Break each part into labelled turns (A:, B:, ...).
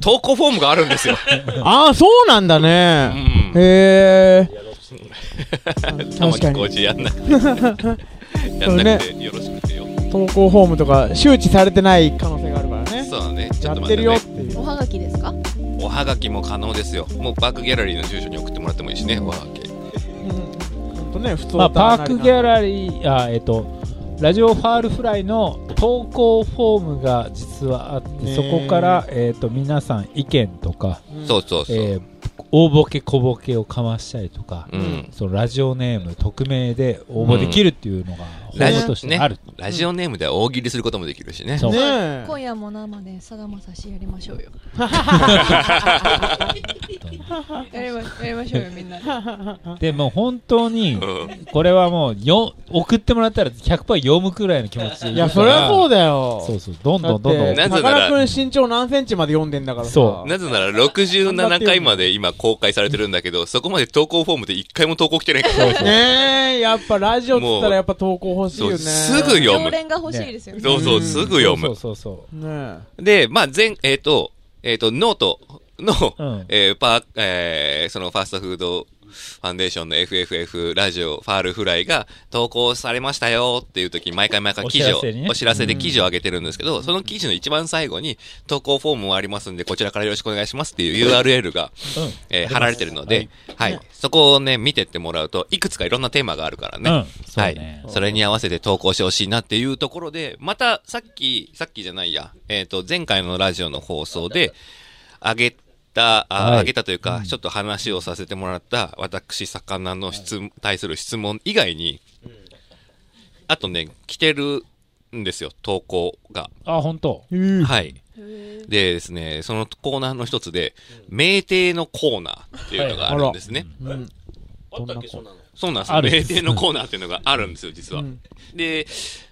A: 投稿フォームがあるん ですよ。
B: ああ、そうなんだ
A: う
B: ね。
A: ん。
B: へえ。
A: 玉木浩二やんなく て。やんなくてよろしくてよ。
B: 投稿フォームとか周知されてない可能性があるからね。
A: そうだね。ちょ
B: や
A: っと
B: っ
A: 待
B: て
A: って
B: るよ
A: ね
B: っ。てい
C: お
B: う。
C: はがきですか
A: おはがきも可能ですよ。もうバックギャラリーの住所に送ってもらってもいいしね、おはがき。
B: うんほんとね、普通
D: まあ、パークギャ
B: ラ
D: ラリー、あえっ、と、ラジオファールフライの投稿フォームが実はあって、
B: ね
D: そこから、えっ、と、皆さん意見とか、
A: そうそうそう。
D: えー大ボケ小ボケをかましたりとか、
A: うん。
D: そのラジオネーム、匿名で応募できるっていうのが、方
A: ラ
D: 法とし
A: ジ
D: てある。
A: ね、ラジオネームでは大喜利することもできるしね。
D: そう
B: ねえ。
C: 今夜も生でさだまさしやりま しょうよやりまやりましょうよみんなで
D: でもう本当に
A: う、ん。
D: これはもうよ、送ってもらったら100%読むくらいの気持ちでい
B: いや、そりゃそううだよ。
D: そうそう、どんどんどんど
B: だ
D: ん
B: っ。
A: な
B: て
A: ぜ
B: さ
A: な
B: からなクン身長何センチまで読んでんだからさ。
D: そ
A: なぜなら67回まで今公開されてるんだけど、そこまで投稿フォームで一回も投稿来てないから。
B: ねえ、やっぱラジオっつったらやっぱ投稿欲しいよ
A: そう、
B: ね。
A: すぐ読
C: 常
A: む。
C: 連が欲しいですよね
A: そうそうう、
B: ん
A: すぐ読
D: そ
A: む
D: う。そうそ
B: ね
A: で、まあ、前、えっ、と、えっ、と、ノートの、
D: うん
A: えーパー、えーそのファーストフードファンデーションの FFF ラジオファールフライが投稿されましたよっていう時、毎回毎回記事を、
D: お
A: お
D: 知らせ
A: 知,、
D: にね
A: らせで記事を上げてるんですけど、その記事の一番最後に投稿フォームもありますんで、こちらからよろしくお願いしますっていう URL が、
D: う。うん。
A: えー貼られてるので、はい、そこをね、見てってもらうと、いくつかいろんなテーマがあるからね。
D: うんそう
A: は
D: ね
A: い。それに合わせて投稿してほしいなっていうところで、またさっき、さっきじゃないや、えっ、と、前回のラジオの放送で、あげた、あ、
D: はい
A: あげたというか、ちょっと話をさせてもらった、私、魚の質、対する質問以外に、あとね、来てるんですよ、投稿が。
D: あ、本当。
B: え。うん
A: はい。でですね、そのコーナーの一つで、名店のコーナーっていうのがあるんですね。
B: うん
E: あったっけそんなの
A: そうなんです
D: あ
A: よ。
D: る
A: 名店のコーナーっていうのがあるんですよ、実は。
B: うん
A: で、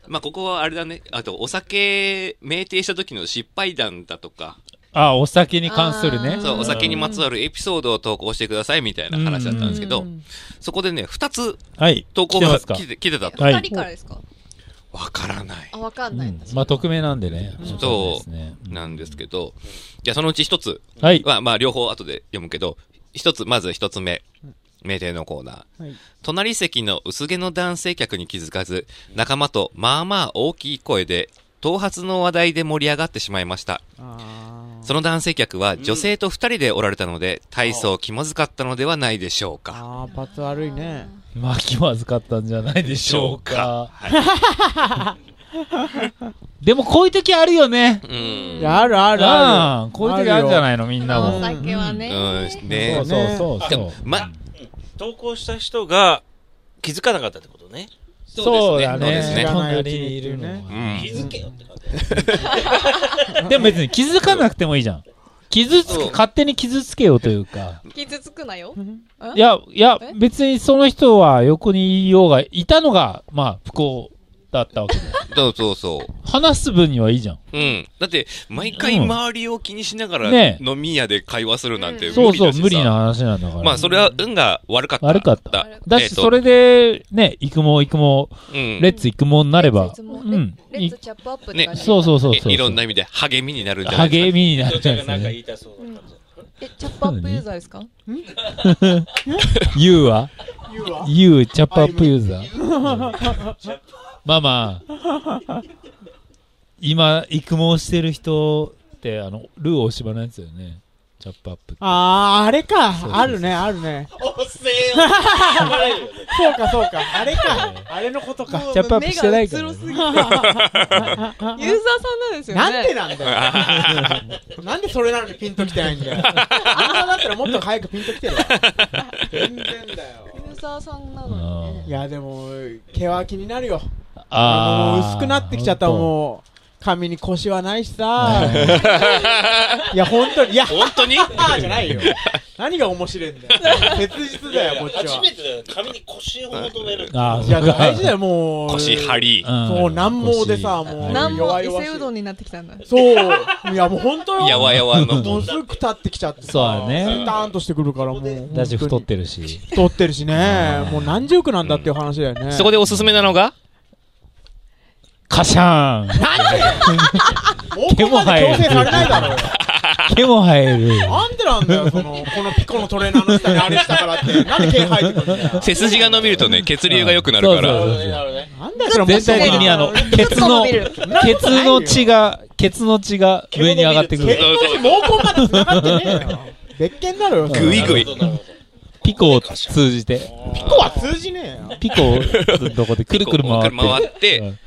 A: まあ、ここはあれだね、あと、お酒、酩酊した時の失敗談だとか、
D: あ、お酒に関するね。
A: そう、お酒にま
D: つ
A: つわるエピソードを投稿してくださいみたいな話だったんですけど、そこでね、二つ
D: はい。
A: 投稿
D: 来てま
A: が
D: すか
A: 来て来てたと。
D: はい
C: 二人からですか
A: わからない。
C: あわかん
D: う
C: ない
D: んまあ、匿名なんでね。
A: ん
D: そうですね
A: なんですけど、じゃあそのうち一つ
D: はい。
A: は、まあ、両方後で読むけど、一つ、まず一つ目。名店のコーナー。
B: はい
A: 隣席の薄毛の男性客に気づかず、仲間とまあまあ大きい声で、頭髪の話題で盛り上がってしまいました。
B: あー
A: その男性客は女性と二人でおられたので、体操気まずかったのではないでしょうか。
B: あー、パツ悪いね。
D: まあ、気まずかったんじゃないでしょうか。 でも、こういう時あるよね。
A: う
B: い
A: ん。
B: や、あるあるあ
D: うん。こういう時あるんじゃないの、みんな
C: お
D: も。
C: 酒はね
A: うん、
D: そ
A: ね
D: うそうそうそう。
A: ま、
E: 投稿した人が気づかなかったってことね。
D: そうだ
A: そうですね
D: ね。隣にいるの
A: う
D: は。
E: 気
A: ん。
E: づけよって感じ。
D: でも別に気づかなくてもいいじゃん。傷つ
A: そ
D: け、
A: う
D: 勝手に傷つけようというか。
C: 傷つくなよ
B: るよ。
D: いや、いや
C: え、
D: 別にその人は横にいようが、いたのが、まあ、不幸だったわけ で。
A: そうそうそう。
D: 話す分にはいいじゃん。
A: うん。だって、毎回
D: うん
A: 周りを気にしながら、
D: ね
A: 飲み屋で会話するなんて無理だしさ、
D: そうそう、無理な話なんだから。
A: まあ、それは運が悪かった。
D: 悪かった。だ
A: えっ
D: し、
A: と
D: それで、ね、行くも行くも、
A: うん。
D: レッツ行くもになれば、
C: いうつもレ
D: ん。
C: レッ
D: い
C: ツチャップアップって感じ
D: そうそうそう
A: え
D: そう。
A: いろんな意味で励みになるんじゃないですか。
D: 励みにな
E: ど
D: っ
E: ち
D: ちゃ
E: ら
D: うんです
E: がなんか言
D: ね。
E: いたそうな感じ。
C: えチャップアップユーザーですか
D: 言うは
B: 言うわ。
D: 言う、チャップアップユーザー。まあまあ、今、育毛してる人って、あの、ルー大芝のやつだよね。チャップアップ。
B: あー、あれ
D: そう
B: か。
D: そう
B: あるね、あるね。
E: おせえよ。
B: そうか、そうか。あれか。あれのことか。
D: チャップアップしてないからね
C: もう目がうつろすぎるユーザーさんなんですよね
B: なんでなんだよ。なんでそれなのにピンときてないんだよ。あんなだったらもっと早くピンときてるわ。全然だよ。
C: ユーザーさんなのに
D: うん
C: ね
B: いや、でも、毛は気になるよ。
D: あ
B: もう薄くなってきちゃったらもう、髪に腰はないしさ。
D: う。
B: いや、本当に。いや、
A: 本当に
B: あーじゃないよ。何が面白いんだよ。切実だよ、こっち
E: 初
B: は
E: め。てだよ。髪に腰を求 める。
D: ああ、
B: いや、
D: そうか
B: 大事だよ、もう。
A: 腰張り。
D: ん
B: そう難毛でさもう
D: 腰
C: なんも
B: 弱
C: 伊
B: 々しい
C: 勢うどんになってきたんだ
B: そう。いや、もう本当よ。
A: やわやわの。
B: もうすぐ立ってきちゃってさ。
D: そうだね
B: スターンとしてくるから、もう。
D: だし、太っ
B: る。
D: て るし。
B: 太ってるしね。もう何十億なんだっていう話だよね。
A: そこ でおすすめなのが
D: カシャーン
B: もうここまで強制されないだろうよ。
D: 毛も生える。
B: なんでなんだよ、その、このピコのトレーナーの下にあれしたからって。なんで毛生えてくるんだよ。
A: 背筋が伸びるとね、血流が良くなるか
D: そう
A: ら。
D: そう
B: なんだよ、それ
D: 全体的にあの、ケツの、ケツの血が、ケツの血が上に上がってく
B: 毛
D: る。
B: の毛根まで繋がってねえよ。別件だろよ、それ
A: ぐいぐい。
D: ピコを通じて、
B: ピコは通じねえよ。
D: ピコを どこでくるくる回って。
A: 回って
D: うん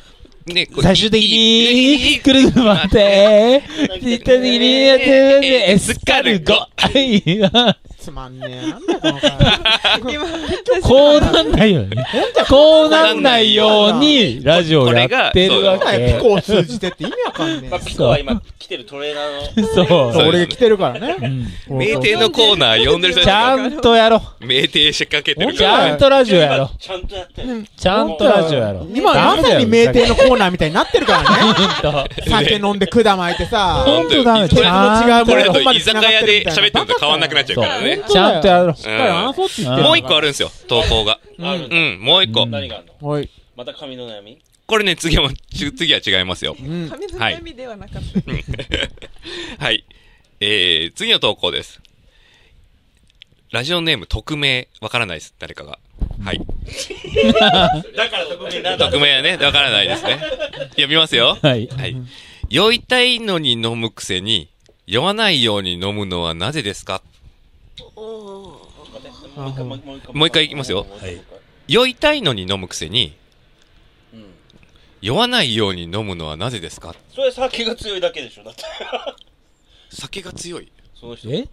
A: ね、こう
D: 最終的
A: いいい
D: に
A: い、
D: くるくる回って、絶対的にやってるエスカルゴ。はい、
B: つまんねえ。なんだよ、この会。
C: 今、
D: こうなんないように。こうなんないように、ラジオやってるわ
B: 今やピ
D: け。
B: コを通じてって意味わかんね
E: まあ、ピコは今来てるトレーナーの。
D: そ
B: え。
A: そう
D: う。
B: 俺が来てるからね。
D: うん
A: 名店のコーナー呼んでる人
D: ちゃんとやろう。
A: 名店仕掛けてる
D: ち
A: から。
D: ゃんとラジオやろう。
E: ちゃんとやってる。
D: ちゃんとラジオやろう。
B: 今まさに名店のコーナーみたいになってるからね。
D: と。
B: 酒飲んで管巻いてさ。
A: 本当
D: 本当だね
A: に。これ
D: ちゃん
A: これだ
B: ほ
A: と
B: んまに
A: 居酒
B: 繋が
A: 屋
B: る
A: で
B: みたいな
A: 喋ってるのと変わんなくなっちゃうからね。
D: ちゃんとやろう。
B: しっかり争って言ってる
A: もう一個あるんですよ、投稿が。
E: あるん
A: う
E: だ
A: ん、もう一個
D: う。ん
E: 何があるの
B: おい。
E: また髪の悩み
A: これね、次は、次は違いますよ。
B: うん。
C: 髪の悩みではなかった。
A: はい。えー、次の投稿です。ラジオネーム、匿名、わからないです、誰かが。はい。
E: だから特になんだ
A: 匿名はね、わからないですね。読みますよ。
D: はい。
A: はい。酔いたいのに飲むくせに、酔わないように飲むのはなぜですか
E: もう一回、もう一回。
A: もう一回いきますよ
E: はい。
A: 酔いたいのに飲むくせに、
E: うん
A: 酔わないように飲むのはなぜですか
E: それ酒が強いだけでしょだって。
A: 酒が強い。
E: その人。
D: え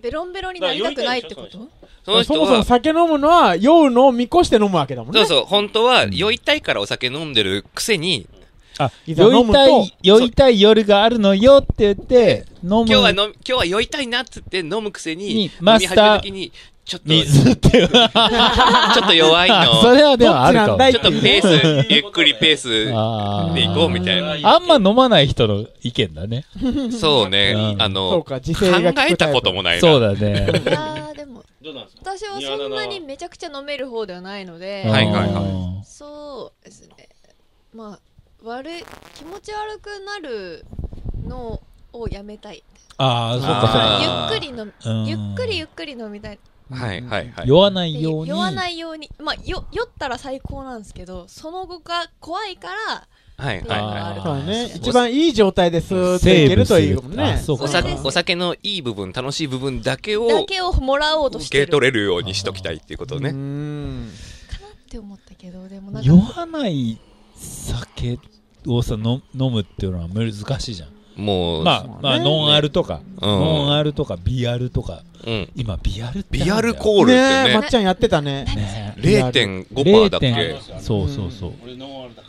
C: ベロンベロンになりたくないってこと
A: その
B: そ
A: 人
B: もそも
A: は、
B: 酒飲むのは酔うのを見越して飲むわけだもんね。
A: そうそう、本当は酔いたいからお酒飲んでるくせに、
D: あ、
B: いざ
D: 酔
B: 飲
D: い
B: む
D: た
B: と
D: い、酔いたい夜があるのよって言って、飲む。
A: 今日は飲み、今日は酔いたいなっつって飲むくせに、
D: に
A: 飲
D: マ
A: み
D: ス
A: 始
D: タ
A: め
D: ー
A: た時に、ちょっと、ち
D: 水っていう。
A: ょっと弱い
D: あそ
A: の、
D: れはでもあるか
B: どっちな
D: も
B: んだ。い
A: ちょっとペース、ゆっくりペース
D: あ
A: で
D: ー
A: 行こうみたいな。
D: あんま飲まない人の意見だね。
A: そうね
D: う、ん
A: あ
B: そう
A: の、考
B: か、時勢が効くタイプ
A: えたこともないな。
D: そうだね。
F: いやーでも
E: どうなんですか
F: 私はそんなにめちゃくちゃ飲める方ではないので、
A: はいはいはい
D: い。
F: そうですねまあ悪い気持ち悪くなるのをやめたい
D: ああ、そ
F: ゆ
A: あー
F: っくり飲み
D: うかそうか。
F: ゆっくりゆっくり飲みたいって
A: はいはいはい。
D: 酔わない
F: い
D: よう
F: う
D: に。
F: 酔わないようにまあよ酔ったら最高なんですけどその後が怖いから
A: はいはい
F: あ
A: は
F: ー
A: い。
B: そうだね。一番いい状態でスーッといけるといいもんね。
D: セーブするあそうか
A: お酒お酒のいい部分、楽しい部分だけ
F: だ
A: を
F: けをもらおうと
A: 受
F: して
A: け
F: る
A: 取れるようにしときたいっていうこと
B: う
A: ね。
B: ん。
F: って思ったけどでもなんか
D: 酔わない酒をさ、の飲むっていうのは難しいじゃん。
A: もう、
D: まあ、まあ、
B: ね
D: ノンアルとか、
A: うん
D: ノンアルとか、ビアルとか、
A: うん。
D: 今、ビアルってなんだ
A: ビ
D: よ
A: アルコールっ
B: ねえ、
A: て
B: ま
A: ね、
B: っちゃんやってたね。
D: ね
A: 0.5%だっ
D: 0.5
A: け
D: そうそうそう。
E: 俺ノンアルだか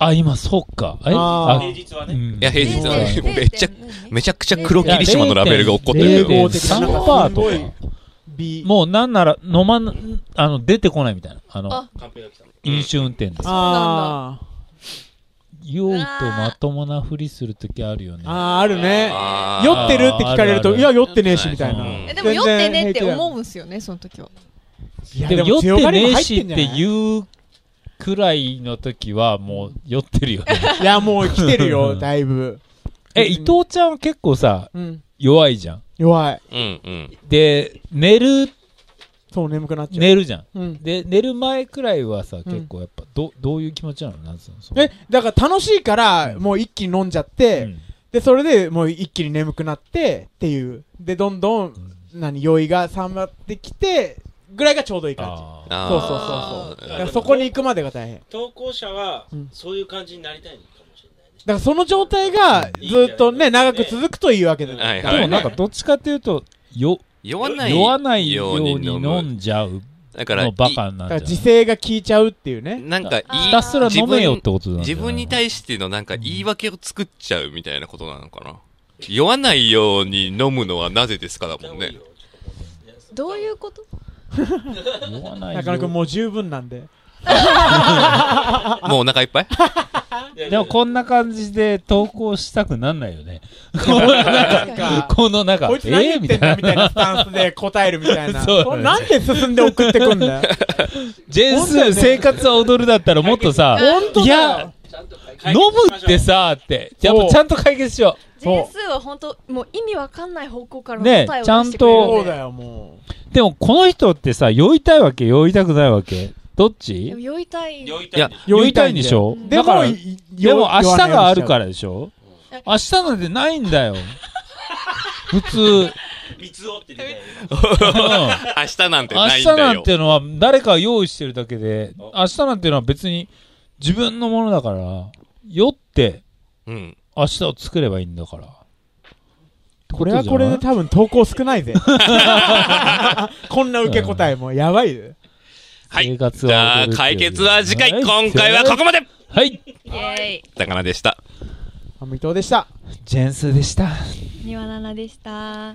D: あ、今、そっか。え
B: あ
E: ら。
B: ー
E: 平日は
D: う
E: ね。
D: ん
A: いや、平日はね
F: 0.0
A: めっちゃ、
F: 何
A: めちゃくちゃ黒霧島のラベルが怒ってるけ
B: いや
A: ど。
D: 0.3%とか。
B: B。
D: もう、なんなら、飲まん、あの、出てこないみたいな。あの、
F: あ
E: カンペが来たの。
D: 飲酒運転です。
B: あ
D: 酔うとまともなふりするときあるよね
B: あ。。ああー、あるね。
A: あー
B: 酔ってるって聞かれる
D: あ
B: と、
D: る
B: いや、酔ってねえし、みたいな
D: うん。
C: えでも酔ってねって思うんすよね、その時は。
B: いや
D: でも、酔ってねえしって
B: う。
D: 言うくらいの時は、もう、酔ってるよね。
B: いや、もう来てるよ、だいぶ。
D: え、伊藤ちゃんは結構さ、
B: うん。
D: 弱いじゃん。
B: 弱い。
A: うんうん。
D: で、寝る、
B: そう、眠くなっちゃう。
D: 寝るじゃん。
B: うん。
D: で、寝る前くらいはさ、結構やっぱ、ど、どういう気持ちなのなんつうのその
B: え、だから楽しいから、もう一気に飲んじゃっ
D: う
B: て、
D: ん
B: で、それでもう一気に眠くなって、っていう。で、どんどん、何、酔いが冷まってきて、ぐらいがちょうどいい感じ。
D: あー
A: あー
B: だからそこに行くまでが大変。だ
E: 投稿者は
B: うん、
E: そういう感じになりたいのかもしれないね。
B: からその状態がずっとね、長く続くというわけで。
A: はい
D: で
A: は
D: も
A: い
D: なんかどっちかっていうと、よ、
A: 酔わない
D: 酔わないように
A: ように
D: 飲
A: 飲む。
D: んじゃう
A: だから、
D: の
A: い
D: バカに
B: だ
D: な
B: から
D: んじ
B: 時
D: ゃう。
B: 勢が効いちゃうっていうね。
A: なんかいい
F: あー
D: ひたすら飲めよってことなんだ
A: 自分に対してのなんか言い訳を作っちゃうみたいなことなのかな。酔わないように飲むのはなぜですかだもんね。
F: どういうこと
D: して酔わないよ
B: 中野くんもう十分なんで。
A: もうお腹いっ ぱい
E: で
D: でもこんな感じで投稿したくなん ないよね。この中、この中
B: こい、つ何言
D: えー
B: っ
D: み
B: てんだ
D: たい
B: みたい
D: な。
B: なスタンスで答えるみたいな。
D: そうだね
B: これなんで進んで送ってくん だよ。
D: ジェンスー生活は踊るだったらもっとさ、
B: 本当
D: い
B: だ
D: や
B: よ、。
D: 飲むってさ、って。じゃあもうちゃんと解決しよう。そう
F: 点数は本当もう意味わかんない方向からの
D: ね
F: 答えを出してくれる
D: そ
B: そ
F: ん
B: う
F: で
B: だよ、もう。
D: でもこの人ってさ酔いたいわけ酔いたくないわけどっ
F: でも
D: ち
F: 酔いたい
E: 酔い
A: い
E: たい
A: や
E: んです
D: 酔いたいんでしょ
F: 酔いたいん
D: だから
B: い。
D: でも明日があるかららでしょ
F: うん
D: 明日なんてないんだよ普通
E: 三つ折ってみたいな
D: うん
A: 明日なんて
D: 明
A: ないん
D: 日
A: だ
D: なん
A: よ
D: て。いうのは誰かが用意してるだけで、
E: お
D: 明日なんていうのは別に自分のものだから、酔って
A: うん。
D: 明日を作ればいいんだから。
B: これはこれで
D: って
B: 多分投稿少ないぜ。 こんな受け答えもやばいよ。
A: は
D: 生
A: い。
D: 活
A: じゃ
D: は
A: あ、
D: 踊るって
A: 解
D: いう
A: 決は次回。
D: はい
A: 今回はここまで
D: はい。
F: イエーイ
A: だからでした。
B: 伊藤でした。
D: ジェンスでした。
F: 庭奈々でした